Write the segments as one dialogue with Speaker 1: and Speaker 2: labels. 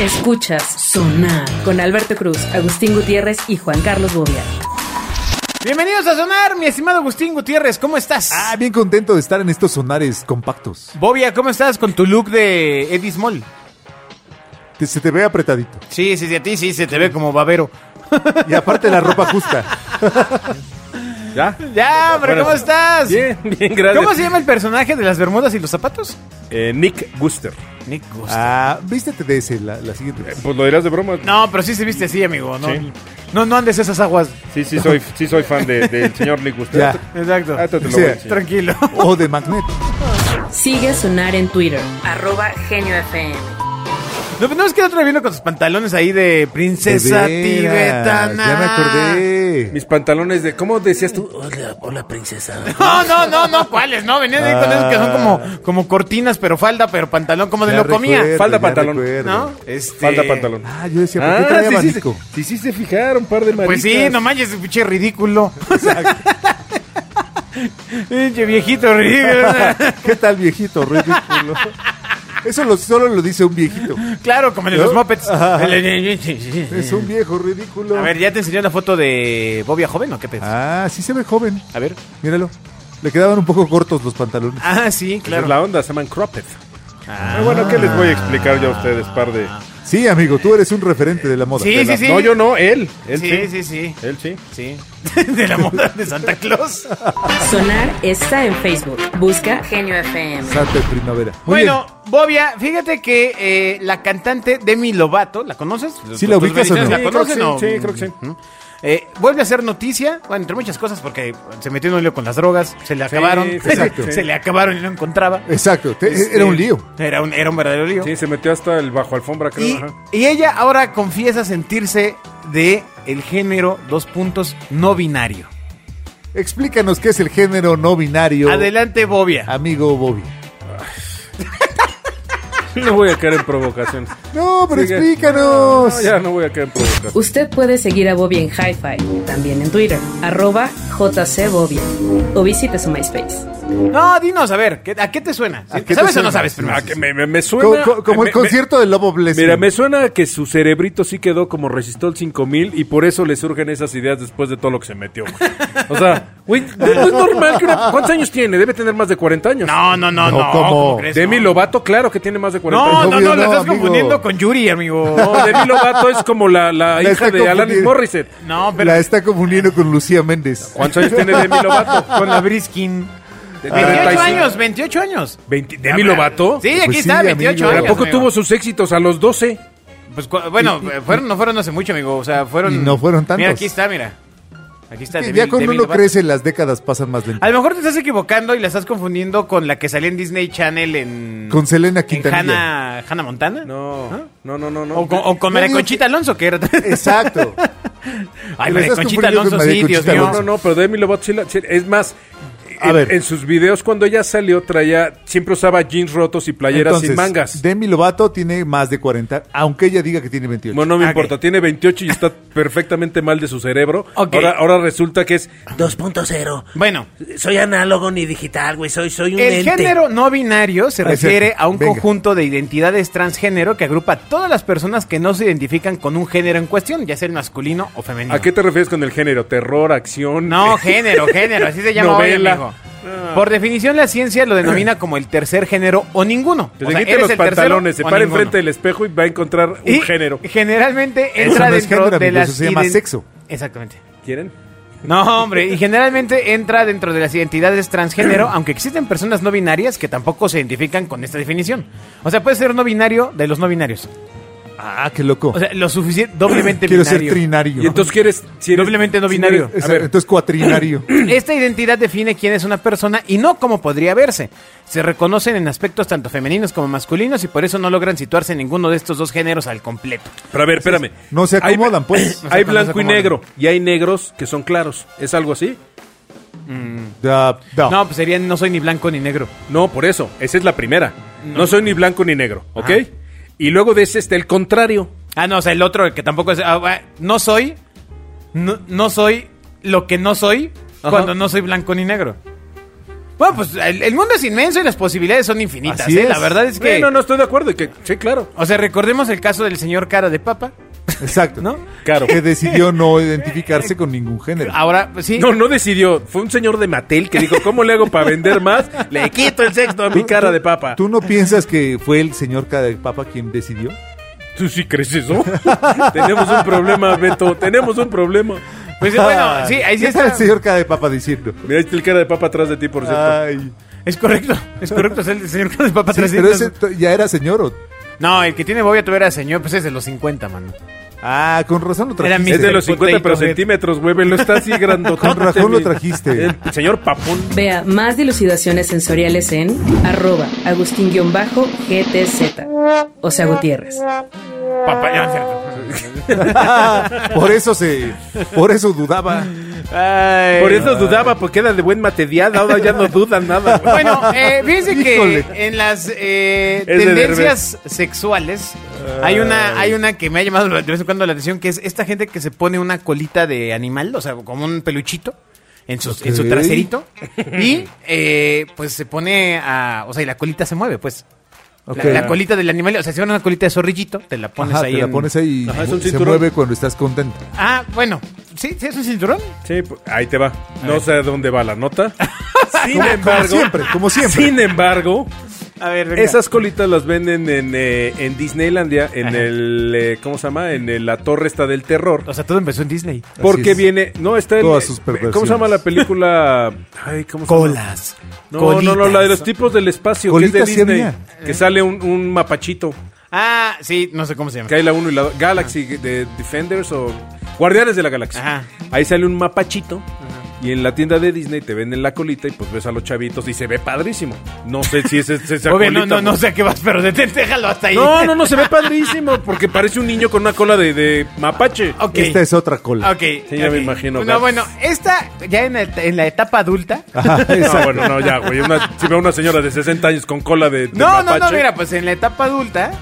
Speaker 1: Escuchas Sonar con Alberto Cruz, Agustín Gutiérrez y Juan Carlos Bobia.
Speaker 2: Bienvenidos a Sonar, mi estimado Agustín Gutiérrez, ¿cómo estás?
Speaker 3: Ah, bien contento de estar en estos sonares compactos.
Speaker 2: Bobia, ¿cómo estás con tu look de Eddie Small?
Speaker 3: Te- se te ve apretadito.
Speaker 2: Sí, sí, sí, a ti sí se te ve como babero.
Speaker 3: Y aparte la ropa justa.
Speaker 4: ¿Ya?
Speaker 2: Ya, hombre,
Speaker 4: Bueno.
Speaker 2: ¿cómo estás?
Speaker 4: Bien, bien, gracias.
Speaker 2: ¿Cómo se llama el personaje de las bermudas y los zapatos?
Speaker 4: Eh, Nick Guster.
Speaker 2: Nick Gust.
Speaker 3: Ah, vístete de ese, la, la siguiente.
Speaker 4: Eh,
Speaker 3: vez.
Speaker 4: Pues lo dirás de broma.
Speaker 2: Ah, No, pero sí se viste así, amigo, ¿no?
Speaker 4: Sí.
Speaker 2: No, no andes esas aguas.
Speaker 4: Sí, sí soy, sí soy fan de- del señor Nick Guster.
Speaker 3: Ya.
Speaker 4: Ahorita-
Speaker 2: Exacto.
Speaker 4: ahorita te lo
Speaker 3: Sí.
Speaker 4: voy a enseñar.
Speaker 2: Ah, Tranquilo.
Speaker 3: O de magnet.
Speaker 1: Sigue Sonar en Twitter, arroba Genio FM.
Speaker 2: No, no es que el otro día vino con sus pantalones ahí de princesa
Speaker 3: De veras,
Speaker 2: tibetana.
Speaker 3: Ya me acordé.
Speaker 4: Mis pantalones de... ¿Cómo decías tú?
Speaker 2: No, no, no, no, ¿cuáles? No, venían ahí con esos que son como, como cortinas, pero falda, pero pantalón, como de
Speaker 3: Ya
Speaker 2: lo comía.
Speaker 3: recuerdo,
Speaker 4: Falda
Speaker 3: ya
Speaker 4: pantalón.
Speaker 3: recuerdo.
Speaker 2: ¿No? Este...
Speaker 4: Falda pantalón.
Speaker 3: Ah, yo decía, ¿por qué trae
Speaker 4: sí, sí,
Speaker 3: abanico?
Speaker 4: se- sí, sí se fijaron, par de maricas.
Speaker 2: Pues sí, no manches, pinche ridículo. Pinche viejito ridículo.
Speaker 3: ¿Qué tal, viejito? Ridículo. Eso lo- solo lo dice un viejito.
Speaker 2: claro, como en los
Speaker 3: ¿No?
Speaker 2: Muppets.
Speaker 3: Ajá.
Speaker 2: A
Speaker 3: Es un viejo ridículo.
Speaker 2: ver, ¿ya te enseñó la foto de Bobia joven o qué pedo?
Speaker 3: Ah, sí se ve joven.
Speaker 2: A ver.
Speaker 3: Míralo. Le quedaban un poco cortos los pantalones.
Speaker 2: Ah, sí,
Speaker 4: Esa
Speaker 2: claro.
Speaker 4: es la onda, se llaman cropped. Ah, bueno, ¿qué les voy a explicar yo a ustedes, par de...?
Speaker 3: Sí, amigo, tú eres un referente de la moda.
Speaker 2: Sí,
Speaker 3: De
Speaker 2: sí,
Speaker 3: la-
Speaker 2: sí.
Speaker 4: No, yo no, él. Él sí.
Speaker 2: Sí, sí, sí.
Speaker 4: Él sí.
Speaker 2: Sí. De la moda de Santa Claus.
Speaker 1: Sonar está en Facebook, busca Genio FM.
Speaker 3: Santa Primavera. Muy
Speaker 2: bueno, Bobia, fíjate que eh, la cantante Demi Lovato, ¿la conoces?
Speaker 3: Sí, ¿la
Speaker 2: ¿Tus
Speaker 3: ubicas o
Speaker 2: bendiciones
Speaker 3: no?
Speaker 2: ¿La
Speaker 4: Sí, creo que
Speaker 2: conocen
Speaker 4: sí,
Speaker 2: o-
Speaker 4: sí, creo que sí.
Speaker 2: Ujú. Eh, vuelve a ser noticia, bueno, entre muchas cosas, porque se metió en un lío con las drogas, se le acabaron,
Speaker 4: sí,
Speaker 3: exacto.
Speaker 2: se le acabaron y no encontraba.
Speaker 3: bien. Exacto, te-
Speaker 2: Este,
Speaker 3: era un lío.
Speaker 2: Era un, era un verdadero lío.
Speaker 4: Sí, se metió hasta el bajo alfombra, creo.
Speaker 2: Y,
Speaker 4: ajá.
Speaker 2: y ella ahora confiesa sentirse de el género dos puntos no binario.
Speaker 3: Explícanos qué es el género no binario,
Speaker 2: Adelante, Bobia.
Speaker 3: amigo Bobby.
Speaker 4: No voy a caer en provocaciones.
Speaker 3: No, pero
Speaker 4: Sigue.
Speaker 3: explícanos.
Speaker 4: No, ya no voy a caer en provocaciones.
Speaker 1: Usted puede seguir a Bobia en Hi-Fi, también en Twitter, arroba JCBobia, o visite su MySpace.
Speaker 2: No, dinos, a ver, ¿qué- ¿a qué te suena?
Speaker 3: ¿A qué te
Speaker 2: ¿Sabes o no
Speaker 3: suena?
Speaker 2: sabes
Speaker 3: Sí,
Speaker 2: primero?
Speaker 4: Ah, que me, me- me
Speaker 3: Co-
Speaker 4: suena...
Speaker 3: co- como el
Speaker 4: me- me-
Speaker 3: concierto del Lobo Blessing.
Speaker 4: Mira, me suena que su cerebrito sí quedó como resistol 5000 y por eso le surgen esas ideas después de todo lo que se metió. güey. O sea, güey, no es normal que una- ¿Cuántos años tiene? Debe tener más de 40 años.
Speaker 2: No, no, no, no.
Speaker 3: No, ¿cómo?
Speaker 2: ¿cómo crees?
Speaker 4: Demi
Speaker 2: No.
Speaker 4: Lovato, claro que tiene más de 40
Speaker 2: No,
Speaker 4: años.
Speaker 2: no,
Speaker 3: Obvio
Speaker 2: no, lo
Speaker 3: no,
Speaker 2: estás
Speaker 3: amigo.
Speaker 2: confundiendo con Yuri, amigo.
Speaker 4: No, Demi Lovato es como la, la
Speaker 3: La
Speaker 4: hija
Speaker 3: está
Speaker 4: de Alanis
Speaker 3: confundiendo.
Speaker 4: Morissette.
Speaker 2: No, pero
Speaker 3: La está confundiendo con Lucía Méndez.
Speaker 4: ¿Cuántos años tiene Demi Lovato?
Speaker 2: con la Briskin.
Speaker 4: De
Speaker 2: 28
Speaker 4: 35.
Speaker 2: años, 28 años.
Speaker 4: Veinti- ¿Demi Lovato?
Speaker 2: Sí,
Speaker 3: Pues
Speaker 2: aquí
Speaker 3: sí,
Speaker 2: está, 28
Speaker 3: amigo.
Speaker 4: ¿Pero
Speaker 2: años.
Speaker 4: a poco
Speaker 2: amigo.
Speaker 4: tuvo sus éxitos a los 12?
Speaker 2: Pues, cu- bueno, eh, fueron, no fueron hace mucho, amigo. O sea, fueron.
Speaker 3: Y no fueron tantos.
Speaker 2: Mira, aquí está, mira. Aquí está.
Speaker 3: Sí,
Speaker 2: Demi-
Speaker 3: ya cuando
Speaker 2: Demi
Speaker 3: uno
Speaker 2: Lovato.
Speaker 3: crece, las décadas pasan más lento.
Speaker 2: A lo mejor te estás equivocando y la estás confundiendo con la que salía en Disney Channel en.
Speaker 3: Con Selena
Speaker 2: en
Speaker 3: Quintanilla.
Speaker 2: Hannah, Hannah Montana.
Speaker 4: No, no, no, no. no.
Speaker 2: O con, o con
Speaker 3: Yo
Speaker 2: María
Speaker 3: digo
Speaker 2: Conchita Alonso, que era.
Speaker 3: Exacto.
Speaker 2: Ay,
Speaker 3: la
Speaker 2: María Conchita
Speaker 3: estás confundiendo
Speaker 2: Alonso,
Speaker 3: con
Speaker 2: sí,
Speaker 3: María
Speaker 2: Dios
Speaker 3: Conchita
Speaker 2: mío.
Speaker 4: No, no, no, pero Demi Lovato sí, la- sí, es más.
Speaker 3: A
Speaker 4: en,
Speaker 3: ver.
Speaker 4: en sus videos cuando ella salió traía siempre usaba jeans rotos y playeras
Speaker 3: Entonces,
Speaker 4: sin mangas.
Speaker 3: Demi Lovato tiene más de 40, aunque ella diga que tiene 28.
Speaker 4: Bueno, no me
Speaker 2: Ok.
Speaker 4: importa, tiene 28 y está perfectamente mal de su cerebro.
Speaker 2: Ok.
Speaker 4: Ahora, ahora resulta que es
Speaker 5: 2.0.
Speaker 2: Bueno,
Speaker 5: Soy análogo ni digital, güey. Soy, soy un
Speaker 2: El
Speaker 5: ente.
Speaker 2: género no binario se
Speaker 3: Ah, es
Speaker 2: refiere
Speaker 3: cierto.
Speaker 2: a un
Speaker 3: Venga.
Speaker 2: conjunto de identidades transgénero que agrupa a todas las personas que no se identifican con un género en cuestión, ya sea el masculino o femenino.
Speaker 4: ¿A qué te refieres con el género? ¿Terror, acción?
Speaker 2: No, género, género, así se llama hoy,
Speaker 4: Novela. Ah.
Speaker 2: amigo. Por definición, la ciencia lo denomina como el tercer género o ninguno.
Speaker 4: Que
Speaker 2: O
Speaker 4: se
Speaker 2: sea,
Speaker 4: quite
Speaker 2: eres
Speaker 4: los
Speaker 2: el tercero
Speaker 4: pantalones, se
Speaker 2: o
Speaker 4: para
Speaker 2: ninguno.
Speaker 4: enfrente del espejo y va a encontrar un
Speaker 2: Y
Speaker 4: género.
Speaker 2: Generalmente
Speaker 3: Eso
Speaker 2: entra
Speaker 3: no es
Speaker 2: dentro
Speaker 3: género,
Speaker 2: de
Speaker 3: amigo,
Speaker 2: las.
Speaker 3: eso se llama
Speaker 2: ident-
Speaker 3: sexo.
Speaker 2: Exactamente.
Speaker 4: ¿Quieren?
Speaker 2: No, hombre, y generalmente entra dentro de las identidades transgénero, aunque existen personas no binarias que tampoco se identifican con esta definición. O sea, puede ser no binario de los no binarios.
Speaker 3: Ah, qué loco.
Speaker 2: O sea, lo suficiente, doblemente
Speaker 3: Quiero ser
Speaker 2: binario.
Speaker 3: trinario.
Speaker 4: Y entonces quieres... Si eres-
Speaker 2: Doblemente no
Speaker 4: si
Speaker 2: binario.
Speaker 4: eres-
Speaker 3: Exacto,
Speaker 4: a ver,
Speaker 3: entonces cuatrinario.
Speaker 2: Esta identidad define quién es una persona y no cómo podría verse. Se reconocen en aspectos tanto femeninos como masculinos y por eso no logran situarse en ninguno de estos dos géneros al completo.
Speaker 4: pero a ver, espérame.
Speaker 3: No se
Speaker 4: Hay-
Speaker 3: acomodan, pues.
Speaker 2: No se
Speaker 4: hay
Speaker 2: acomodan,
Speaker 4: blanco y
Speaker 2: no se
Speaker 4: negro y hay negros que son claros. ¿Es algo así?
Speaker 3: Da- da.
Speaker 2: No, pues serían no soy ni blanco ni negro.
Speaker 4: No, por eso. Esa es la primera. No, soy ni blanco ni negro, ¿ok? Y luego de ese está el contrario.
Speaker 2: Ah, no, o sea, el otro el que tampoco es. ah, ah, no soy. No, no soy lo que no soy
Speaker 4: Ajá.
Speaker 2: cuando no soy blanco ni negro. Bueno, pues el, el mundo es inmenso y las posibilidades son infinitas,
Speaker 3: Así
Speaker 2: ¿eh?
Speaker 3: es.
Speaker 2: La verdad es que...
Speaker 4: Bueno, no estoy de acuerdo. y que- sí, claro.
Speaker 2: O sea, recordemos el caso del señor Cara de Papa.
Speaker 3: Exacto.
Speaker 2: ¿No?
Speaker 4: Claro.
Speaker 3: Que decidió no identificarse con ningún género.
Speaker 2: Ahora, pues, sí.
Speaker 4: No, no decidió. Fue un señor de Mattel que dijo, ¿cómo le hago para vender más? Le quito el sexto a mi cara de papa.
Speaker 3: ¿Tú no piensas que fue el señor Cara de Papa quien decidió?
Speaker 4: ¿Tú sí crees eso? tenemos un problema, Beto. Tenemos un problema.
Speaker 2: Pues sí, bueno, sí, ahí sí
Speaker 3: ¿Qué tal
Speaker 2: está.
Speaker 3: el señor Cara de Papa diciendo?
Speaker 4: Mira, ahí está el cara de papa atrás de ti, por cierto.
Speaker 3: Ay.
Speaker 2: Es correcto, es correcto. es el señor Cara de Papa
Speaker 3: Sí,
Speaker 2: atrás de
Speaker 3: pero
Speaker 2: ti.
Speaker 3: ese to- ya era señor. ¿o?
Speaker 2: No, el que tiene bobia tuviera señor, pues es de los 50, mano.
Speaker 3: Ah, con razón lo trajiste.
Speaker 4: es de
Speaker 2: Mr.
Speaker 4: los 50 pero
Speaker 2: Potato Head.
Speaker 4: centímetros, güey. Lo está así grandotote.
Speaker 3: Con razón lo
Speaker 4: mi-
Speaker 3: trajiste.
Speaker 4: El señor Papón.
Speaker 1: Vea más dilucidaciones sensoriales en arroba agustín-gtz. O sea, Gutiérrez.
Speaker 2: Papá, ya, no es cierto.
Speaker 3: por eso se, por eso dudaba.
Speaker 2: Ay.
Speaker 4: Por eso dudaba, porque era de buen material. Ahora ya no dudan nada, güey.
Speaker 2: Bueno, eh, fíjense que
Speaker 3: Híjole.
Speaker 2: en las eh,
Speaker 4: Es de
Speaker 2: tendencias sexuales hay una hay una que me ha llamado de vez en cuando la atención, que es esta gente que se pone una colita de animal, o sea, como un peluchito. En, sus- en su
Speaker 3: Ok.
Speaker 2: traserito. Y eh, pues se pone a... O sea, y la colita se mueve, pues. La-
Speaker 3: Ok.
Speaker 2: La, colita del animal. O sea, si van a una colita de zorrillito, te la pones
Speaker 3: Ajá,
Speaker 2: ahí.
Speaker 3: te la
Speaker 2: en-
Speaker 3: pones ahí y
Speaker 4: Ajá, es un
Speaker 3: se
Speaker 4: cinturón.
Speaker 3: mueve cuando estás contento.
Speaker 2: Ah, bueno. ¿Sí? ¿Sí es un cinturón?
Speaker 4: Sí, pues, ahí te va. No sé a dónde va la nota.
Speaker 3: Como-
Speaker 4: Sin
Speaker 3: como
Speaker 4: embargo, Ah,
Speaker 3: siempre, como siempre.
Speaker 4: Sin embargo,
Speaker 2: A ver,
Speaker 4: esas colitas las venden en, eh, en Disneylandia, en el eh, ¿cómo se llama? En el- la torre esta del terror.
Speaker 2: O sea, todo empezó en Disney.
Speaker 4: Porque
Speaker 3: es.
Speaker 4: viene, no está en
Speaker 3: Todas sus
Speaker 4: ¿Cómo
Speaker 3: perversiones.
Speaker 4: se llama la película? Ay, ¿cómo se llama?
Speaker 2: Colas.
Speaker 4: No, no, no, la de los tipos del espacio que es
Speaker 3: Colitas
Speaker 4: de
Speaker 3: sí
Speaker 4: Disney,
Speaker 3: había.
Speaker 4: que sale un, un mapachito,
Speaker 2: Ah, sí, no sé cómo se llama.
Speaker 4: que hay la 1 y la do- Galaxy de Defenders o Guardianes de la Galaxia.
Speaker 2: Ajá.
Speaker 4: Ahí sale un mapachito. Y en la tienda de Disney te venden la colita y pues ves a los chavitos y se ve padrísimo. No sé si es, es esa
Speaker 2: Ok,
Speaker 4: colita.
Speaker 2: no, no, no
Speaker 4: mo-
Speaker 2: sé a qué vas, pero detente, déjalo hasta ahí.
Speaker 4: No, no, no, se ve padrísimo porque parece un niño con una cola de, de mapache.
Speaker 2: Ok.
Speaker 3: Esta es otra cola.
Speaker 2: Ok.
Speaker 4: Sí, ya me
Speaker 2: ok.
Speaker 4: imagino, Ah,
Speaker 2: No,
Speaker 4: Gats.
Speaker 2: bueno, esta ya en, el- en la etapa adulta.
Speaker 3: Ajá,
Speaker 4: No,
Speaker 3: exacto.
Speaker 4: bueno, no, ya, güey. Una- si veo una señora de 60 años con cola de, de
Speaker 2: No, no,
Speaker 4: mapache,
Speaker 2: no, mira, pues en la etapa adulta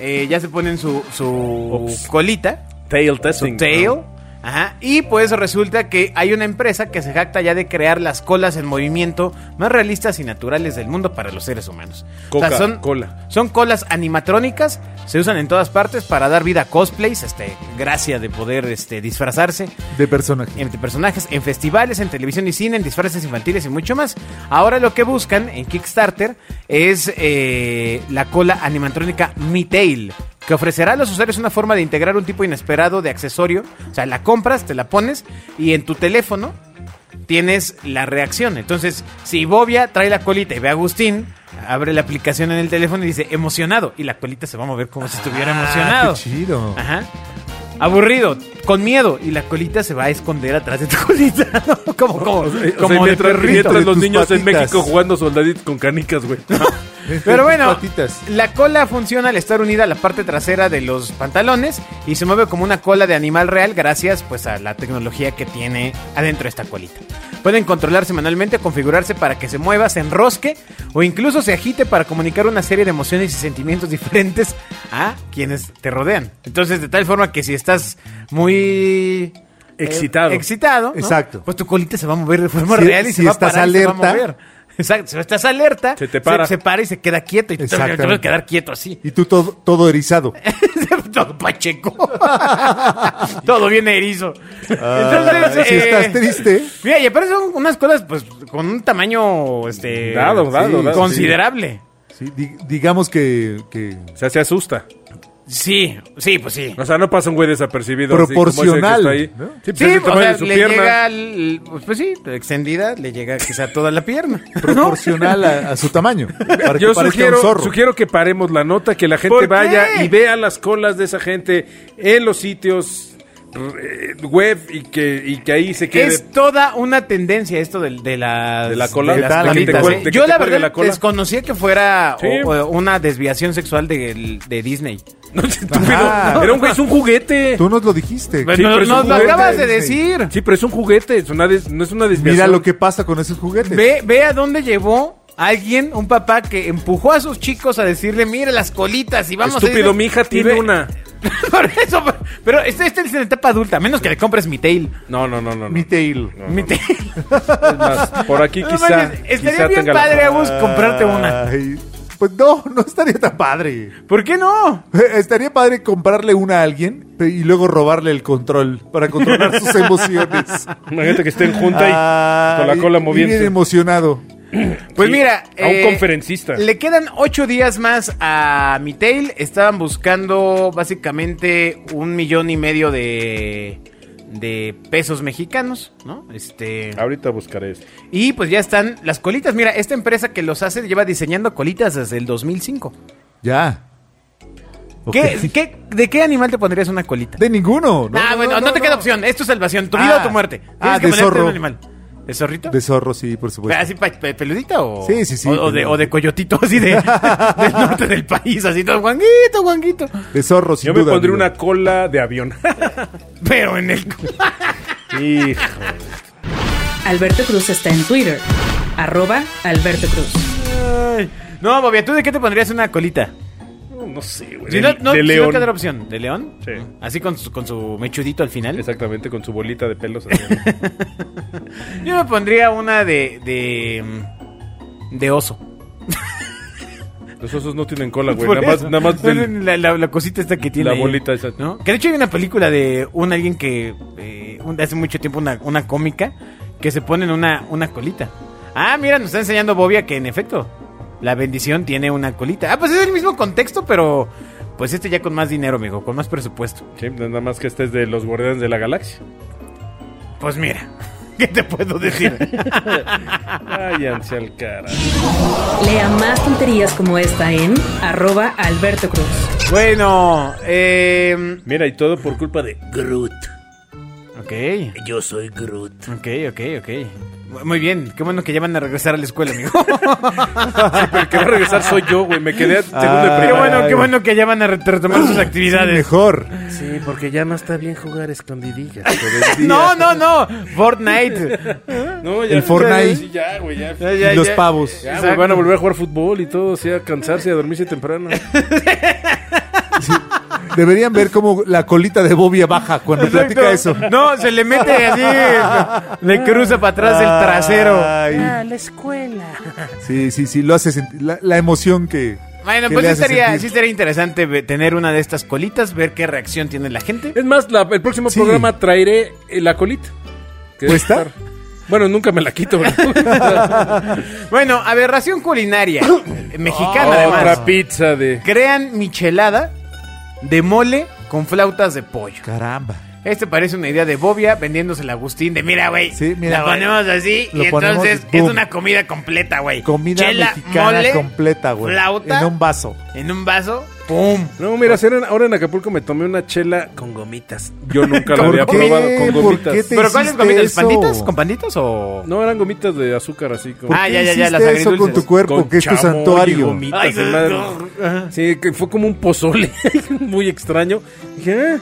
Speaker 2: eh, ya se ponen su, su
Speaker 4: Ops.
Speaker 2: colita,
Speaker 4: Tail
Speaker 2: su
Speaker 4: testing.
Speaker 2: tail. Ajá, y pues resulta que hay una empresa que se jacta ya de crear las colas en movimiento más realistas y naturales del mundo para los seres humanos.
Speaker 4: Coca,
Speaker 2: son,
Speaker 4: cola.
Speaker 2: son colas animatrónicas, se usan en todas partes para dar vida a cosplays, este, gracia de poder este, disfrazarse.
Speaker 3: De personaje.
Speaker 2: entre personajes, en festivales, en televisión y cine, en disfraces infantiles y mucho más. Ahora lo que buscan en Kickstarter es eh, la cola animatrónica Mi Tail, que ofrecerá a los usuarios una forma de integrar un tipo inesperado de accesorio. O sea, la compras, te la pones y en tu teléfono tienes la reacción. Entonces, si Bobia trae la colita y ve a Agustín, abre la aplicación en el teléfono y dice emocionado y la colita se va a mover como si estuviera emocionado.
Speaker 3: Ah, Qué chido.
Speaker 2: Ajá. Aburrido, con miedo. Y la colita se va a esconder atrás de tu colita. ¿no? Como, como,
Speaker 4: O sea,
Speaker 2: como de
Speaker 4: mientras,
Speaker 2: perrito.
Speaker 4: mientras
Speaker 3: de
Speaker 4: los
Speaker 3: tus
Speaker 4: niños en
Speaker 3: patitas.
Speaker 4: México jugando soldaditos con canicas, güey.
Speaker 2: Pero bueno,
Speaker 3: Este, Patitas.
Speaker 2: la cola funciona al estar unida a la parte trasera de los pantalones y se mueve como una cola de animal real gracias pues a la tecnología que tiene adentro esta colita. Pueden controlarse manualmente, configurarse para que se mueva, se enrosque o incluso se agite para comunicar una serie de emociones y sentimientos diferentes a quienes te rodean. Entonces, de tal forma que si estás muy
Speaker 4: Excitado.
Speaker 2: eh, excitado, ¿no?
Speaker 3: Exacto.
Speaker 2: Pues tu colita se va a mover de forma
Speaker 3: Si-
Speaker 2: real y
Speaker 3: si
Speaker 2: se va
Speaker 3: estás
Speaker 2: a parar y se va a
Speaker 3: alerta.
Speaker 2: mover. Exacto, si estás alerta,
Speaker 4: Se te para.
Speaker 2: se, para y se queda quieto. Y tú te te
Speaker 3: Exactamente.
Speaker 2: vas a quedar quieto así.
Speaker 3: Y tú todo, todo erizado.
Speaker 2: Todo pacheco. Todo bien erizo. eh,
Speaker 3: Ah, si estás triste.
Speaker 2: Mira, y aparte son unas cosas, pues, con un tamaño, este...
Speaker 4: Dado, dado,
Speaker 2: sí,
Speaker 4: dado,
Speaker 2: Considerable.
Speaker 3: Sí, di- digamos que, que
Speaker 4: O sea, se asusta.
Speaker 2: Sí. sí, pues sí.
Speaker 4: O sea, no pasa un güey desapercibido. así, como ese que
Speaker 3: Proporcional,
Speaker 4: está ahí.
Speaker 3: ¿no?
Speaker 4: Sí, pues,
Speaker 2: Sí,
Speaker 4: es el
Speaker 2: o
Speaker 4: tamaño
Speaker 2: sea,
Speaker 4: de su
Speaker 2: le
Speaker 4: pierna.
Speaker 2: llega, al- pues, pues sí, extendida, le llega quizá toda la pierna. ¿no?
Speaker 3: proporcional a, a su tamaño. Para que
Speaker 4: Yo
Speaker 3: parezca
Speaker 4: sugiero,
Speaker 3: un zorro.
Speaker 4: sugiero que paremos la nota, que la gente
Speaker 2: ¿Por
Speaker 4: vaya
Speaker 2: qué?
Speaker 4: y vea las colas de esa gente en los sitios eh, web y que, y que ahí se quede.
Speaker 2: Es toda una tendencia esto de, de las,
Speaker 4: De la cola,
Speaker 2: de las
Speaker 3: ¿qué tal?
Speaker 2: colitas,
Speaker 3: De que te
Speaker 2: ¿eh?
Speaker 4: cuel- de que
Speaker 2: Yo
Speaker 4: te
Speaker 2: la
Speaker 4: cuelgue
Speaker 2: verdad
Speaker 4: la cola.
Speaker 2: desconocía que fuera
Speaker 4: Sí.
Speaker 2: o- o una desviación sexual de, de Disney.
Speaker 4: No, estúpido.
Speaker 3: Ajá.
Speaker 4: Era un güey, es un juguete.
Speaker 3: Tú nos lo dijiste.
Speaker 4: Sí,
Speaker 2: nos
Speaker 4: pero es un
Speaker 2: nos lo
Speaker 4: juguete
Speaker 2: acabas de
Speaker 3: de
Speaker 2: decir.
Speaker 4: Sí, pero es un juguete, es una des- no es una desviación.
Speaker 3: Mira lo que pasa con esos juguetes.
Speaker 2: Ve, ve a dónde llevó alguien, un papá que empujó a sus chicos a decirle, mira las colitas y vamos a
Speaker 4: Estúpido,
Speaker 2: Disney".
Speaker 4: mi hija
Speaker 2: Y
Speaker 4: tiene
Speaker 2: ve-
Speaker 4: una.
Speaker 2: Por eso, pero este, este es en etapa adulta, a menos que le compres mi tail.
Speaker 4: No, no, no, no. no.
Speaker 3: Mi tail.
Speaker 2: Mi tail.
Speaker 4: Es más, por aquí
Speaker 2: No
Speaker 4: quizá,
Speaker 2: manches,
Speaker 4: quizá
Speaker 2: estaría bien
Speaker 4: tenga la-
Speaker 2: padre, Agus, comprarte una.
Speaker 3: Ay, Pues no, no estaría tan padre. Eh,
Speaker 2: ¿Por qué no?
Speaker 3: Estaría padre comprarle una a alguien pe- y luego robarle el control para controlar sus emociones.
Speaker 4: Imagínate que estén junta y con la
Speaker 3: Ay,
Speaker 4: cola
Speaker 3: Ah, y Bien
Speaker 4: moviéndose.
Speaker 3: emocionado.
Speaker 2: Pues
Speaker 4: Sí,
Speaker 2: mira,
Speaker 4: a un conferencista.
Speaker 2: Le quedan ocho días más a Mitail. Estaban buscando básicamente un millón y medio de, de pesos mexicanos, ¿no? Este.
Speaker 3: Ah.
Speaker 4: Ahorita buscaré esto.
Speaker 2: Y pues ya están las colitas. Mira, esta empresa que los hace lleva diseñando colitas desde el 2005.
Speaker 3: Ya.
Speaker 2: ¿Qué, qué- de qué animal te pondrías una colita?
Speaker 3: De ninguno. No,
Speaker 2: ah,
Speaker 3: no,
Speaker 2: bueno, no,
Speaker 3: no,
Speaker 2: te
Speaker 3: no.
Speaker 2: queda opción. Es tu salvación, tu
Speaker 3: Ah.
Speaker 2: vida o tu muerte. Tienes
Speaker 3: Ah,
Speaker 2: que
Speaker 3: de
Speaker 2: ponerte
Speaker 3: zorro.
Speaker 2: un animal. ¿De zorrito?
Speaker 3: De zorro, sí, por
Speaker 2: Pero
Speaker 3: supuesto.
Speaker 2: ¿Así pa- pe- peludita o...?
Speaker 3: Pues, Sí, sí, sí,
Speaker 2: O, o de,
Speaker 3: peludita.
Speaker 2: o de coyotito, así de, del norte del país, así todo, guanguito, guanguito.
Speaker 3: De zorro, sin
Speaker 4: Yo me
Speaker 3: duda,
Speaker 4: pondré
Speaker 3: amigo.
Speaker 4: una cola de avión.
Speaker 2: Pero en el...
Speaker 4: Hijo.
Speaker 1: Alberto Cruz está en Twitter. Arroba Alberto Cruz.
Speaker 2: Ay. No, Bobia, ¿tú de qué te pondrías una colita?
Speaker 4: No sé, güey.
Speaker 2: Si no,
Speaker 4: De,
Speaker 2: no,
Speaker 4: de
Speaker 2: si no
Speaker 4: león.
Speaker 2: te da la opción. ¿De león?
Speaker 4: Sí.
Speaker 2: Así con su, con su mechudito al final.
Speaker 4: Exactamente, con su bolita de pelos. así.
Speaker 2: Yo me pondría una de... de... mm, de oso.
Speaker 4: Los osos no tienen cola, güey.
Speaker 2: Por
Speaker 4: Nada más,
Speaker 2: eso.
Speaker 4: nada más del-
Speaker 2: la, la- la cosita esta que tiene.
Speaker 4: La
Speaker 2: ahí,
Speaker 4: bolita esa.
Speaker 2: ¿no? Que de hecho hay una película de un alguien que eh, un- hace mucho tiempo una, una cómica que se ponen una, una colita. Ah, mira, nos está enseñando Bobia que en efecto la bendición tiene una colita. Ah, pues es el mismo contexto, pero pues este ya con más dinero, amigo, con más presupuesto.
Speaker 4: Sí, nada más que este es de los guardianes de la galaxia.
Speaker 2: Pues mira, ¿qué te puedo decir?
Speaker 4: Ay, ansia al cara.
Speaker 1: Lea más tonterías como esta en arroba Alberto Cruz.
Speaker 2: bueno, eh,
Speaker 4: Mira, y todo por culpa de.
Speaker 5: Groot.
Speaker 2: ok.
Speaker 5: Yo soy Groot.
Speaker 2: Ok, ok, ok. Muy bien, qué bueno que ya van a regresar a la escuela, amigo.
Speaker 4: El que va a regresar soy yo, güey. Me quedé segundo de
Speaker 3: Ah,
Speaker 2: Qué
Speaker 4: primaria.
Speaker 2: bueno, qué
Speaker 3: Ay.
Speaker 2: bueno que ya van a re- retomar sus actividades.
Speaker 3: Mejor.
Speaker 5: Sí, porque ya no está bien jugar escondidillas.
Speaker 2: No, no, no. Fortnite.
Speaker 4: No, ya,
Speaker 3: El Fortnite.
Speaker 4: sí, ya, güey, ya.
Speaker 2: Ya, ya,
Speaker 3: y los
Speaker 2: ya.
Speaker 3: pavos.
Speaker 4: Ya,
Speaker 2: Exacto.
Speaker 4: güey, van a volver a jugar fútbol y todo, así a cansarse, a dormirse temprano.
Speaker 3: Deberían ver cómo la colita de Bobia baja cuando platica eso.
Speaker 2: No, se le mete así. Le cruza para atrás el trasero.
Speaker 3: Ay,
Speaker 5: Ah, la escuela.
Speaker 3: sí, sí, sí, lo hace sentir. La, la emoción que.
Speaker 2: Bueno,
Speaker 3: que
Speaker 2: pues
Speaker 3: le
Speaker 2: sí
Speaker 3: hace
Speaker 2: estaría,
Speaker 3: sentir.
Speaker 2: sí estaría interesante ve- tener una de estas colitas, ver qué reacción tiene la gente.
Speaker 4: Es más, la- el próximo
Speaker 3: Sí.
Speaker 4: programa traeré eh, la colita. Que debe
Speaker 3: ¿Puesta?
Speaker 4: estar. Bueno, nunca me la quito, güey. Otra
Speaker 2: Bueno, aberración culinaria. eh,
Speaker 4: Oh,
Speaker 2: mexicana, además.
Speaker 4: pizza de.
Speaker 2: Crean michelada de mole con flautas de pollo.
Speaker 3: Caramba.
Speaker 2: Este parece una idea de Bobia vendiéndose la Agustín de mira, güey.
Speaker 3: Sí, mira,
Speaker 2: la
Speaker 3: güey.
Speaker 2: ponemos así y
Speaker 3: Lo ponemos
Speaker 2: entonces
Speaker 3: y
Speaker 2: es
Speaker 3: boom.
Speaker 2: una comida completa, güey.
Speaker 3: Comida
Speaker 2: Chela,
Speaker 3: mexicana
Speaker 2: mole,
Speaker 3: completa, güey.
Speaker 2: flauta.
Speaker 3: En un vaso.
Speaker 2: En un vaso, ¡pum!
Speaker 4: No, mira, hacer en- ahora en Acapulco me tomé una chela.
Speaker 5: Con gomitas.
Speaker 4: Yo nunca la
Speaker 3: ¿Por
Speaker 4: había
Speaker 3: qué?
Speaker 4: probado con
Speaker 3: ¿Por
Speaker 4: gomitas.
Speaker 3: qué te-
Speaker 2: ¿Pero cuáles
Speaker 3: hiciste
Speaker 2: comidas?
Speaker 3: eso?
Speaker 2: ¿Panditas? ¿Con panditas o...?
Speaker 4: No, eran gomitas de azúcar así como.
Speaker 3: ¿Por
Speaker 2: Ah,
Speaker 3: qué
Speaker 2: ya, ya, ya,
Speaker 3: hiciste
Speaker 2: las
Speaker 3: eso con
Speaker 2: agridulces.
Speaker 3: tu cuerpo,
Speaker 4: con
Speaker 3: que es tu
Speaker 4: chamoy y
Speaker 3: santuario.
Speaker 4: gomitas,
Speaker 2: Ay,
Speaker 4: de madre.
Speaker 2: pues
Speaker 4: Sí, que fue como un pozole muy extraño. Dije, ah.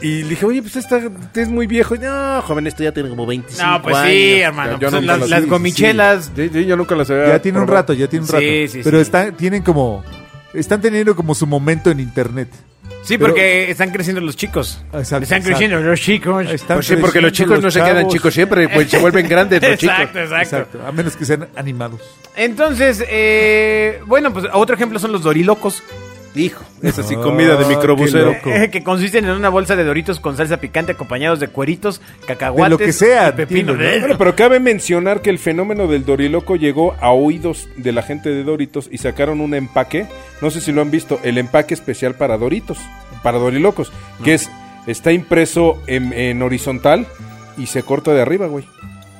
Speaker 4: Y le dije, oye, pues esta este es muy viejo. Y, no, joven, esto ya tiene como 25
Speaker 2: No, pues
Speaker 4: años.
Speaker 2: sí, hermano.
Speaker 4: Ya- ya
Speaker 2: pues son
Speaker 4: nunca
Speaker 2: las,
Speaker 4: las-
Speaker 2: las
Speaker 4: sí, sí.
Speaker 2: gomichelas.
Speaker 4: Sí, sí, yo nunca las había
Speaker 3: Ya tiene un
Speaker 4: probado.
Speaker 3: rato, ya tiene un
Speaker 2: Sí,
Speaker 3: rato.
Speaker 2: sí,
Speaker 3: Pero
Speaker 2: sí.
Speaker 3: están, tienen como. Están teniendo como su momento en internet.
Speaker 2: Sí,
Speaker 3: Pero-
Speaker 2: porque están creciendo los chicos.
Speaker 3: Exacto,
Speaker 2: están
Speaker 3: exacto.
Speaker 2: creciendo los chicos.
Speaker 3: Están
Speaker 6: Pues sí, porque los
Speaker 3: creciendo
Speaker 6: chicos no se quedan
Speaker 3: chavos.
Speaker 6: chicos siempre, pues se vuelven grandes los chicos.
Speaker 2: Exacto, exacto.
Speaker 3: Exacto, a menos que sean animados.
Speaker 2: Entonces, eh, bueno, pues otro ejemplo son los dorilocos.
Speaker 6: Hijo.
Speaker 4: Es así, comida de
Speaker 3: Ah,
Speaker 4: microbusero.
Speaker 3: qué loco.
Speaker 2: eh, que consisten en una bolsa de doritos con salsa picante acompañados de cueritos, cacahuates,
Speaker 3: De lo que sea,
Speaker 2: y pepino. pues,
Speaker 3: entiendo,
Speaker 4: Bueno, pero cabe mencionar que el fenómeno del Doriloco llegó a oídos de la gente de Doritos y sacaron un empaque, no sé si lo han visto, el empaque especial para Doritos, para Dorilocos, que es está impreso en, en horizontal y se corta de arriba, güey.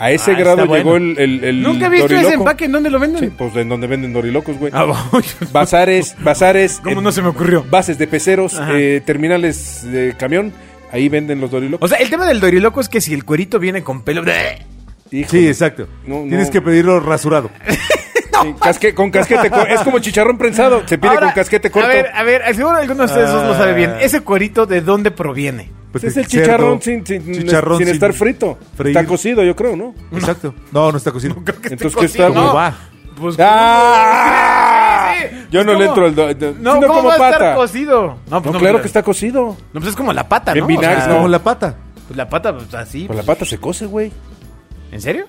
Speaker 4: A ese
Speaker 2: Ah, está
Speaker 4: grado
Speaker 2: bueno.
Speaker 4: llegó el, el, el
Speaker 2: Nunca he visto ese
Speaker 4: Doriloco.
Speaker 2: empaque, ¿en dónde lo venden?
Speaker 4: Sí, pues en donde venden Dorilocos, güey.
Speaker 2: Ah, vamos.
Speaker 4: Bazares, bazares.
Speaker 2: ¿Cómo
Speaker 4: eh,
Speaker 2: no se me ocurrió?
Speaker 4: Bases de peceros,
Speaker 2: Ajá.
Speaker 4: eh, terminales de camión, ahí venden los Dorilocos.
Speaker 2: O sea, el tema del doriloco es que si el cuerito viene con pelo...
Speaker 4: Híjole.
Speaker 3: Sí, exacto.
Speaker 4: No, no.
Speaker 3: Tienes que pedirlo rasurado.
Speaker 4: Sí, casque- con casquete corto. Es como chicharrón prensado. Se pide
Speaker 2: Ahora,
Speaker 4: con casquete corto.
Speaker 2: A ver, a ver, seguro alguno de ustedes dos lo sabe bien.
Speaker 3: Ah.
Speaker 2: ¿Ese cuerito de dónde proviene?
Speaker 3: Pues
Speaker 4: es
Speaker 3: de
Speaker 4: el chicharrón
Speaker 3: cerdo,
Speaker 4: sin, sin-
Speaker 3: chicharrón
Speaker 4: sin
Speaker 3: sin
Speaker 4: estar frito.
Speaker 3: freír. Pues,
Speaker 4: Está cocido, yo creo, ¿no?
Speaker 3: Exacto. No, no está cocido.
Speaker 4: Entonces, ¿qué está?
Speaker 3: ¿Cómo
Speaker 2: No.
Speaker 3: va?
Speaker 2: Pues,
Speaker 4: ¡Ah!
Speaker 2: Sí, sí, sí.
Speaker 4: Yo no
Speaker 2: Pues,
Speaker 4: le
Speaker 2: ¿cómo?
Speaker 4: entro al do- do-
Speaker 2: No,
Speaker 4: sino
Speaker 2: ¿cómo
Speaker 4: como
Speaker 2: va a
Speaker 4: pata.
Speaker 2: estar cocido? No,
Speaker 4: No,
Speaker 2: no,
Speaker 4: claro
Speaker 2: pues,
Speaker 4: que está cocido.
Speaker 2: No, pues es como la pata,
Speaker 4: En
Speaker 2: ¿no?
Speaker 4: vinagre,
Speaker 2: O sea,
Speaker 4: no.
Speaker 3: Como la pata.
Speaker 2: pues, la pata, pues así.
Speaker 4: Con la
Speaker 2: pues,
Speaker 4: pata se cose, güey.
Speaker 2: ¿En serio?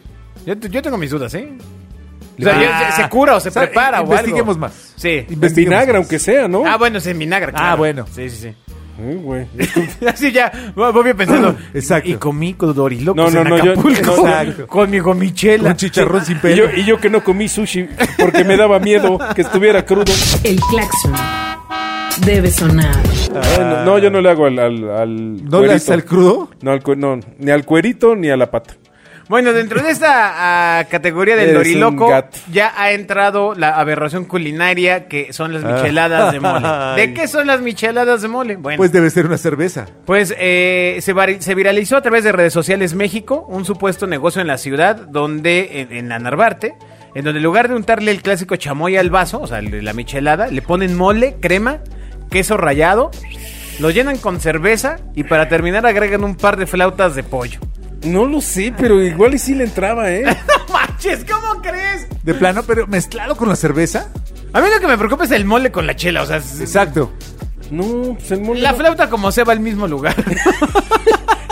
Speaker 2: Yo, yo tengo mis dudas, ¿eh? O
Speaker 3: Ah.
Speaker 2: sea, yo- se, se cura o se
Speaker 3: O sea,
Speaker 2: prepara o algo.
Speaker 3: investiguemos más.
Speaker 2: Sí.
Speaker 4: En
Speaker 3: Investiguemos
Speaker 4: vinagre,
Speaker 3: más.
Speaker 4: aunque sea, ¿no?
Speaker 2: Ah, bueno, es en vinagre, claro.
Speaker 3: bueno.
Speaker 2: Sí, sí, sí.
Speaker 4: Ay, güey.
Speaker 3: Pues
Speaker 2: Así ya, Bobby pensando.
Speaker 3: Exacto.
Speaker 2: Y comí con dorilocos
Speaker 4: No, no,
Speaker 2: en
Speaker 4: no, yo-
Speaker 2: Acapulco.
Speaker 4: no,
Speaker 3: exacto.
Speaker 2: con mi gomichela.
Speaker 3: Con chicharrón sin
Speaker 4: Y
Speaker 3: pelo.
Speaker 4: yo, y yo que no comí sushi porque me daba miedo que estuviera crudo.
Speaker 1: El claxon debe sonar.
Speaker 4: Ay, no, no, yo no le hago al, al, al
Speaker 3: Ah. ¿No le haces al crudo?
Speaker 4: No, al cue- no, ni al cuerito ni a la pata.
Speaker 2: Bueno, dentro de esta ah, categoría del
Speaker 4: Eres
Speaker 2: doriloco
Speaker 4: un gato.
Speaker 2: ya ha entrado la aberración culinaria que son las micheladas de mole. ¿De qué son las micheladas de mole? Bueno,
Speaker 3: Pues
Speaker 2: pues,
Speaker 3: debe ser una cerveza.
Speaker 2: eh, se, vari- se viralizó a través de redes sociales México un supuesto negocio en la ciudad donde, en, en la Narvarte, en donde en lugar de untarle el clásico chamoy al vaso, o sea, el de la michelada, le ponen mole, crema, queso rallado, lo llenan con cerveza y para terminar agregan un par de flautas de pollo.
Speaker 4: No lo sé, pero igual y sí le entraba, ¿eh?
Speaker 2: ¡No manches! ¿Cómo crees?
Speaker 3: De plano, pero mezclado con la cerveza.
Speaker 2: A mí lo que me preocupa es el mole con la chela, o sea, es-
Speaker 3: Exacto.
Speaker 4: No, pues el mole.
Speaker 2: la
Speaker 4: no.
Speaker 2: flauta como se va al mismo lugar.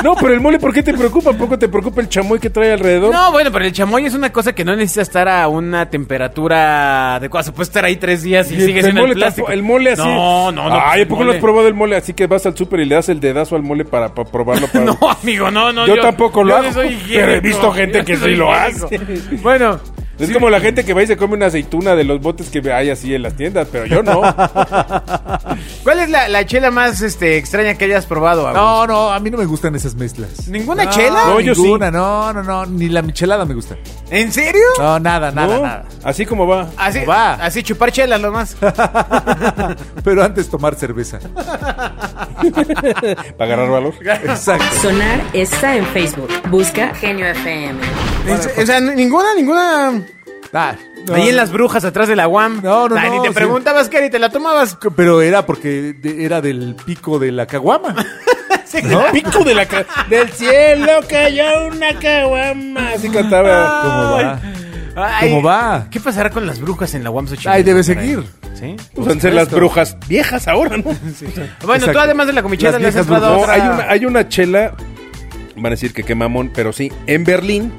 Speaker 4: No, pero el mole, ¿por qué te preocupa? ¿Por qué te preocupa el chamoy que trae alrededor?
Speaker 2: No, bueno, pero el chamoy es una cosa que no necesita estar a una temperatura adecuada. Se puede estar ahí tres días y,
Speaker 4: Y
Speaker 2: sigue
Speaker 4: el,
Speaker 2: siendo
Speaker 4: mole
Speaker 2: el plástico.
Speaker 4: tampoco- el mole así.
Speaker 2: No, no, no. pues
Speaker 4: Ay,
Speaker 2: el
Speaker 4: ¿a poco no has
Speaker 2: mole-
Speaker 4: probado el mole así que vas al súper y le das el dedazo al mole para, para probarlo? Para...
Speaker 2: No, amigo, no, no.
Speaker 4: Yo tampoco lo
Speaker 2: yo
Speaker 4: hago,
Speaker 2: soy
Speaker 4: pero he
Speaker 2: higiénico,
Speaker 4: visto gente que
Speaker 2: yo soy
Speaker 4: sí lo
Speaker 2: higiénico.
Speaker 4: hace.
Speaker 2: Bueno,
Speaker 4: Es como la gente que va y se come una aceituna de los botes que hay así en las tiendas, pero yo no.
Speaker 2: ¿cuál es la, la chela más este, extraña que hayas probado? Agus?
Speaker 3: No, no, a mí no me gustan esas mezclas.
Speaker 2: ¿Ninguna chela?
Speaker 4: No, yo sí.
Speaker 3: Ninguna, no, no, no. Ni la michelada me gusta.
Speaker 2: ¿En serio?
Speaker 3: No, nada, nada,
Speaker 4: No,
Speaker 3: nada.
Speaker 4: Así como va.
Speaker 2: Así,
Speaker 3: Va.
Speaker 2: así chupar chelas nomás.
Speaker 3: Pero antes tomar cerveza.
Speaker 4: Para agarrar valor.
Speaker 3: Exacto.
Speaker 1: Sonar está en Facebook. Busca Genio FM.
Speaker 2: o sea, ninguna, ninguna.
Speaker 3: Ah, no.
Speaker 2: Ahí en las brujas atrás de la UAM.
Speaker 3: No, no,
Speaker 2: Ay, Ni
Speaker 3: no,
Speaker 2: te
Speaker 3: sí.
Speaker 2: preguntabas, Cari, te la tomabas.
Speaker 3: Pero era porque de- era del pico de la caguama.
Speaker 4: El pico de la ca- del cielo cayó una caguama. Así cantaba.
Speaker 3: ¿Cómo va?
Speaker 2: Ay,
Speaker 3: ¿Cómo va?
Speaker 2: ¿Qué pasará con las brujas en la UAM Xochimilco?
Speaker 3: Ay, debe seguir.
Speaker 2: ¿Sí?
Speaker 4: Usan Pues, ser las brujas viejas ahora, ¿no?
Speaker 2: Bueno, tú
Speaker 3: Exacto.
Speaker 2: además de la comichada
Speaker 3: Las
Speaker 2: le has
Speaker 3: viejas
Speaker 2: entrado a
Speaker 4: No,
Speaker 2: otra.
Speaker 4: hay, una, hay una chela. Van a decir que qué mamón, pero sí. En Berlín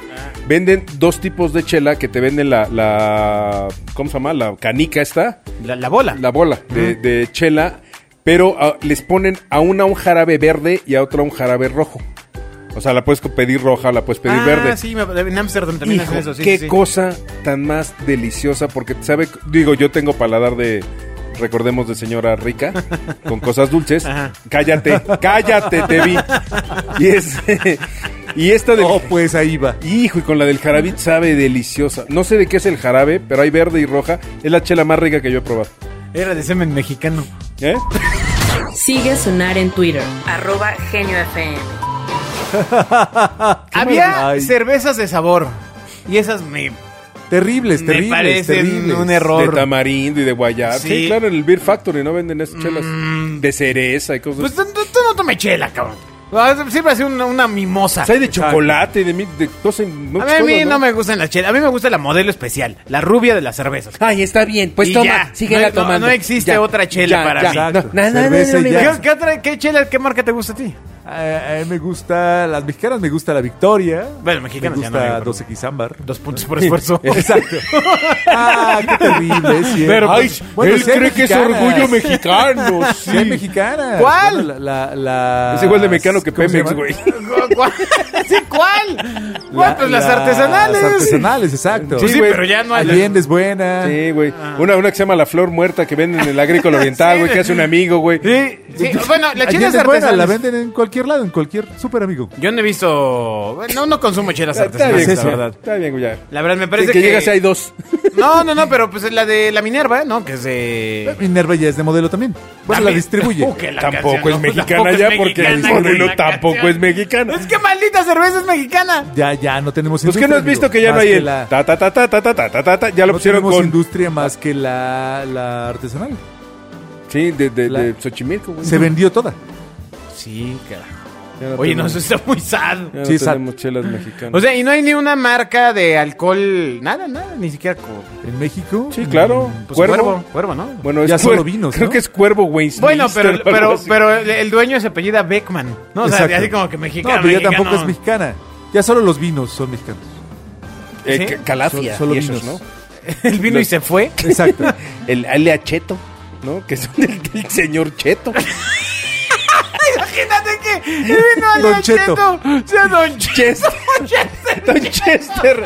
Speaker 4: venden dos tipos de chela que te venden la. la ¿Cómo se llama? La canica esta.
Speaker 2: La, la bola.
Speaker 4: La bola de, de chela. Pero ah, les ponen a una un jarabe verde y a otra un jarabe rojo. O sea, la puedes pedir roja, la puedes pedir
Speaker 2: ah,
Speaker 4: verde.
Speaker 2: sí, me- en Ámsterdam también
Speaker 4: Hijo,
Speaker 2: hacen eso. Sí,
Speaker 4: qué
Speaker 2: sí, sí.
Speaker 4: cosa tan más deliciosa, porque sabe, digo, yo tengo paladar de, recordemos de señora rica, con cosas dulces.
Speaker 2: Ajá.
Speaker 4: Cállate, cállate, te vi. Y es, y esta del,
Speaker 3: Oh, pues ahí va.
Speaker 4: hijo, y con la del jarabit sabe deliciosa. No sé de qué es el jarabe, pero hay verde y roja. Es la chela más rica que yo he probado.
Speaker 2: Era de semen mexicano.
Speaker 4: ¿Eh?
Speaker 1: Sigue a Sonar en Twitter. Arroba Genio FM.
Speaker 2: Había
Speaker 3: Ay.
Speaker 2: cervezas de sabor. Y esas me.
Speaker 3: Terribles,
Speaker 2: Me
Speaker 3: terribles,
Speaker 2: parecen
Speaker 3: terribles.
Speaker 2: un error.
Speaker 4: De tamarindo y de guayaba. Sí.
Speaker 2: Sí. Mm.
Speaker 4: claro, en el Beer Factory no venden esas chelas. De cereza y cosas.
Speaker 2: Pues tú, tú- tú no tomes chela, cabrón. Ah, Siempre ha sido una, una mimosa.
Speaker 4: O sea, Pues hay de chocolate y de, mil- de cosas. muchas
Speaker 2: A mí, a mí
Speaker 4: cosas,
Speaker 2: no me gustan las chelas. A mí me gusta la modelo especial, la rubia de las cervezas.
Speaker 6: Ay, está bien. Pues
Speaker 2: Y
Speaker 6: toma,
Speaker 2: ya.
Speaker 6: síguela
Speaker 2: No, no,
Speaker 6: tomando.
Speaker 2: no existe otra chela para mí.
Speaker 3: Exacto.
Speaker 6: No, no, no,
Speaker 3: Cerveza
Speaker 6: no, no,
Speaker 3: y
Speaker 6: no,
Speaker 3: ya.
Speaker 2: ¿Qué, qué otra- qué chela, qué marca te gusta a ti?
Speaker 3: A, a mí me gusta, las mexicanas me gusta la Victoria.
Speaker 2: Bueno, mexicanas
Speaker 3: Me
Speaker 2: ya no hay,
Speaker 3: gusta
Speaker 2: pero-
Speaker 3: 2X Ámbar.
Speaker 2: Dos puntos por esfuerzo.
Speaker 3: Exacto. ah, qué terrible. es cierto.
Speaker 4: Pero,
Speaker 3: Ay,
Speaker 4: pues,
Speaker 3: bueno,
Speaker 4: él
Speaker 3: sí hay
Speaker 4: cree que es
Speaker 3: mexicanas.
Speaker 4: orgullo mexicano.
Speaker 3: Sí hay mexicanas.
Speaker 2: ¿Cuál?
Speaker 3: Bueno, la, la- la-
Speaker 4: Es igual de mexicano que
Speaker 3: ¿cómo se
Speaker 4: Pemex,
Speaker 3: llama?
Speaker 4: güey.
Speaker 2: ¿Cuál? ¿Sí, cuál? ¿Cuál?
Speaker 3: La-
Speaker 2: pues las
Speaker 3: la-
Speaker 2: artesanales.
Speaker 3: Las artesanales, exacto.
Speaker 2: Sí, sí,
Speaker 4: güey.
Speaker 2: pero ya no hay.
Speaker 3: Allende es buena.
Speaker 4: Sí, güey. Una, una que se llama La Flor Muerta que venden en el Agrícola Oriental,
Speaker 2: Sí.
Speaker 4: güey, que hace un amigo, güey.
Speaker 2: Sí, sí, bueno, las chelas
Speaker 3: Allende es buena, la
Speaker 2: artesanales.
Speaker 3: venden en cualquier lado, en cualquier super amigo.
Speaker 2: Yo no he visto. No, no consumo chelas
Speaker 4: Está, está bien,
Speaker 2: artesanales, la
Speaker 4: güey.
Speaker 2: verdad.
Speaker 4: Está bien, güey. ya.
Speaker 2: La verdad, me
Speaker 4: Desde
Speaker 2: parece
Speaker 4: que, llegas y hay dos.
Speaker 2: No, no, no, pero pues es la de la Minerva, ¿no? Que es de.
Speaker 3: Minerva ya es de modelo también. Bueno, la
Speaker 2: También.
Speaker 3: distribuye.
Speaker 2: Uh, que la
Speaker 4: tampoco
Speaker 2: canción,
Speaker 4: es
Speaker 2: ¿no?
Speaker 4: mexicana
Speaker 2: Tampoco es
Speaker 4: ya, porque el
Speaker 2: mexicana, güey,
Speaker 4: modelo
Speaker 2: la
Speaker 4: tampoco
Speaker 2: canción.
Speaker 4: es mexicano.
Speaker 2: Es que maldita cerveza es mexicana.
Speaker 3: Ya, ya no tenemos
Speaker 4: Pues que no has
Speaker 3: amigo.
Speaker 4: visto que ya no
Speaker 3: Más
Speaker 4: hay el.
Speaker 3: la-
Speaker 4: Ta, ta, ta, ta, ta, ta, ta, ta, ta, Ya lo
Speaker 3: no
Speaker 4: pusieron
Speaker 3: tenemos
Speaker 4: con.
Speaker 3: industria más que la, la artesanal.
Speaker 4: Sí, de, de,
Speaker 3: La-
Speaker 4: de Xochimilco, güey.
Speaker 3: Se vendió toda.
Speaker 2: Sí, carajo.
Speaker 4: Ya
Speaker 2: Oye, no,
Speaker 4: tenemos-
Speaker 2: eso está muy sad.
Speaker 4: ya no
Speaker 3: Sí, exacto.
Speaker 4: tenemos chelas mexicanas.
Speaker 2: O sea, y no hay ni una marca de alcohol, nada, nada, ni siquiera como.
Speaker 3: En México.
Speaker 4: sí, claro.
Speaker 2: pues,
Speaker 4: cuervo.
Speaker 2: cuervo, cuervo, ¿no?
Speaker 4: Bueno, es
Speaker 3: Ya solo
Speaker 4: cuer-
Speaker 3: vinos,
Speaker 4: Creo
Speaker 3: ¿no?
Speaker 4: que es cuervo, güey.
Speaker 2: Bueno, pero,
Speaker 4: Sinister, algo
Speaker 2: pero,
Speaker 4: así.
Speaker 2: pero el- el dueño se apellida Beckman, ¿no? O sea,
Speaker 3: Exacto.
Speaker 2: así como que
Speaker 3: No,
Speaker 4: Pues,
Speaker 2: mexicano.
Speaker 3: pero ya
Speaker 2: mexicano.
Speaker 3: tampoco es mexicana. Ya solo los vinos son mexicanos.
Speaker 4: eh,
Speaker 2: ¿Sí?
Speaker 4: ca- Calafia
Speaker 3: Sol- solo
Speaker 4: y esos,
Speaker 3: vinos.
Speaker 4: ¿no?
Speaker 2: Él vino y
Speaker 4: Los-
Speaker 2: se fue.
Speaker 3: Exacto.
Speaker 4: El Alea Cheto, ¿no? Que son del, del señor Cheto.
Speaker 2: Imagínate que vino al
Speaker 3: Don Cheto.
Speaker 2: sea, Don Cheto.
Speaker 4: Chester. Don Chester.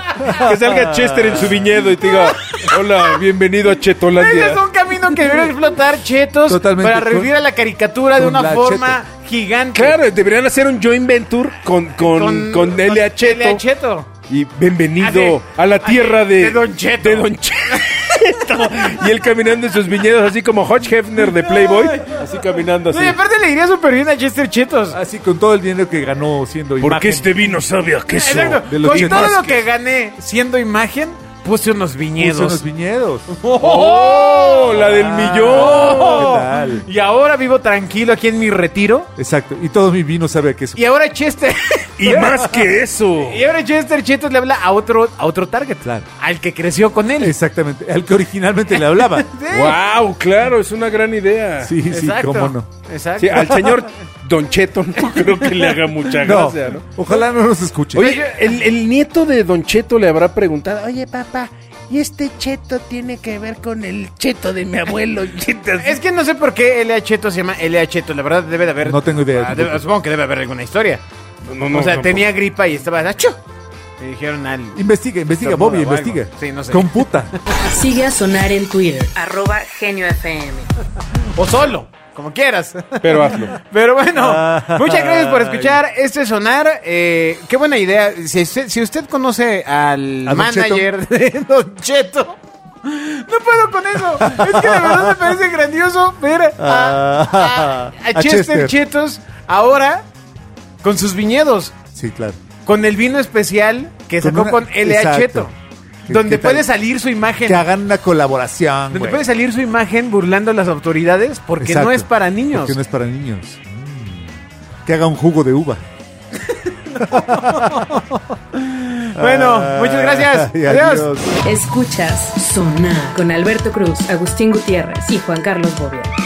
Speaker 4: Que salga Chester en su viñedo y te diga, hola, bienvenido a
Speaker 2: Ese
Speaker 4: Chetolandia.
Speaker 2: es un camino que debe explotar chetos
Speaker 3: Totalmente.
Speaker 2: para revivir a la caricatura de
Speaker 3: Con
Speaker 2: una
Speaker 3: la
Speaker 2: forma gigante.
Speaker 4: Claro, deberían hacer un joint venture con, con, con, L.A. Cheto.
Speaker 2: L.A. Cheto.
Speaker 4: Y bienvenido
Speaker 2: Ah, de-
Speaker 4: a la
Speaker 2: ah,
Speaker 4: tierra de,
Speaker 2: de Don Cheto.
Speaker 4: de Don Cheto. y él caminando en sus viñedos, así como Hodge Hefner de Playboy. Así caminando así.
Speaker 2: No, y aparte le iría súper bien a Chester Chetos.
Speaker 3: Así con todo el dinero que ganó siendo
Speaker 4: ¿Por qué
Speaker 3: imagen.
Speaker 4: este vino sabe a queso?
Speaker 2: Exacto.
Speaker 3: de los
Speaker 2: Con
Speaker 3: chetos.
Speaker 2: todo lo que gané siendo imagen, puse unos viñedos.
Speaker 3: Puso unos viñedos.
Speaker 4: ¡Oh! La del
Speaker 3: Ah,
Speaker 4: millón.
Speaker 3: ¿qué tal?
Speaker 2: Oh, Y ahora vivo tranquilo aquí en mi retiro.
Speaker 3: Exacto. Y todo mi vino sabe a queso.
Speaker 2: Y ahora Chester.
Speaker 4: Y más que eso.
Speaker 2: Y ahora Chester Chetos le habla a otro, a otro target.
Speaker 3: Claro.
Speaker 2: Al que creció con él.
Speaker 3: Exactamente. Al que originalmente le hablaba.
Speaker 4: ¡Wow! Claro, es una gran idea.
Speaker 3: Sí, sí, cómo no.
Speaker 2: Exacto.
Speaker 4: Sí, al señor Don Cheto no creo que le haga mucha
Speaker 3: No,
Speaker 4: gracia, ¿no?
Speaker 3: ojalá no nos escuche.
Speaker 4: Oye, el, el nieto de Don Cheto le habrá preguntado, oye,
Speaker 5: Oye, papá, ¿y este cheto tiene que ver con el cheto de mi abuelo? Chetas?
Speaker 2: Es que no sé por qué L.A. Cheto se llama L.A. Cheto. La verdad, debe de haber.
Speaker 3: No tengo idea.
Speaker 2: Ah, debe- supongo que debe haber alguna historia.
Speaker 4: no, no,
Speaker 2: o sea,
Speaker 4: tampoco.
Speaker 2: tenía gripa y estaba. ¡Acho! Le dijeron al.
Speaker 3: Investiga, investiga,
Speaker 2: Estornuda
Speaker 3: Bobby,
Speaker 2: o algo.
Speaker 3: investiga.
Speaker 2: Sí, no sé.
Speaker 3: Computa.
Speaker 1: Sigue a Sonar en Twitter, arroba Genio FM.
Speaker 2: O solo, como quieras.
Speaker 4: Pero hazlo.
Speaker 2: Pero bueno,
Speaker 3: Ah.
Speaker 2: muchas gracias por escuchar este sonar. Eh, qué buena idea. Si usted, si usted conoce al
Speaker 3: ¿A Don
Speaker 2: manager de Don Cheto. No puedo con eso. Es que de verdad me parece grandioso ver a, a- a
Speaker 3: Ah. A
Speaker 2: Chester
Speaker 3: Chester.
Speaker 2: Chetos ahora con sus viñedos,
Speaker 3: Sí, claro.
Speaker 2: con el vino especial que
Speaker 3: Con
Speaker 2: sacó
Speaker 3: una-
Speaker 2: con L.A.
Speaker 3: Exacto.
Speaker 2: Cheto.
Speaker 3: ¿Qué-
Speaker 2: Donde
Speaker 3: qué tal?
Speaker 2: puede salir su imagen.
Speaker 3: Que hagan una colaboración.
Speaker 2: Donde
Speaker 3: güey.
Speaker 2: puede salir su imagen burlando a las autoridades porque
Speaker 3: Exacto.
Speaker 2: no es para niños.
Speaker 3: Porque no es para niños. Mm. Que haga un jugo de uva.
Speaker 2: Bueno, muchas gracias.
Speaker 3: Ah. Ay,
Speaker 2: adiós.
Speaker 3: adiós.
Speaker 1: Escuchas Sonar con Alberto Cruz, Agustín Gutiérrez y Juan Carlos Bobia.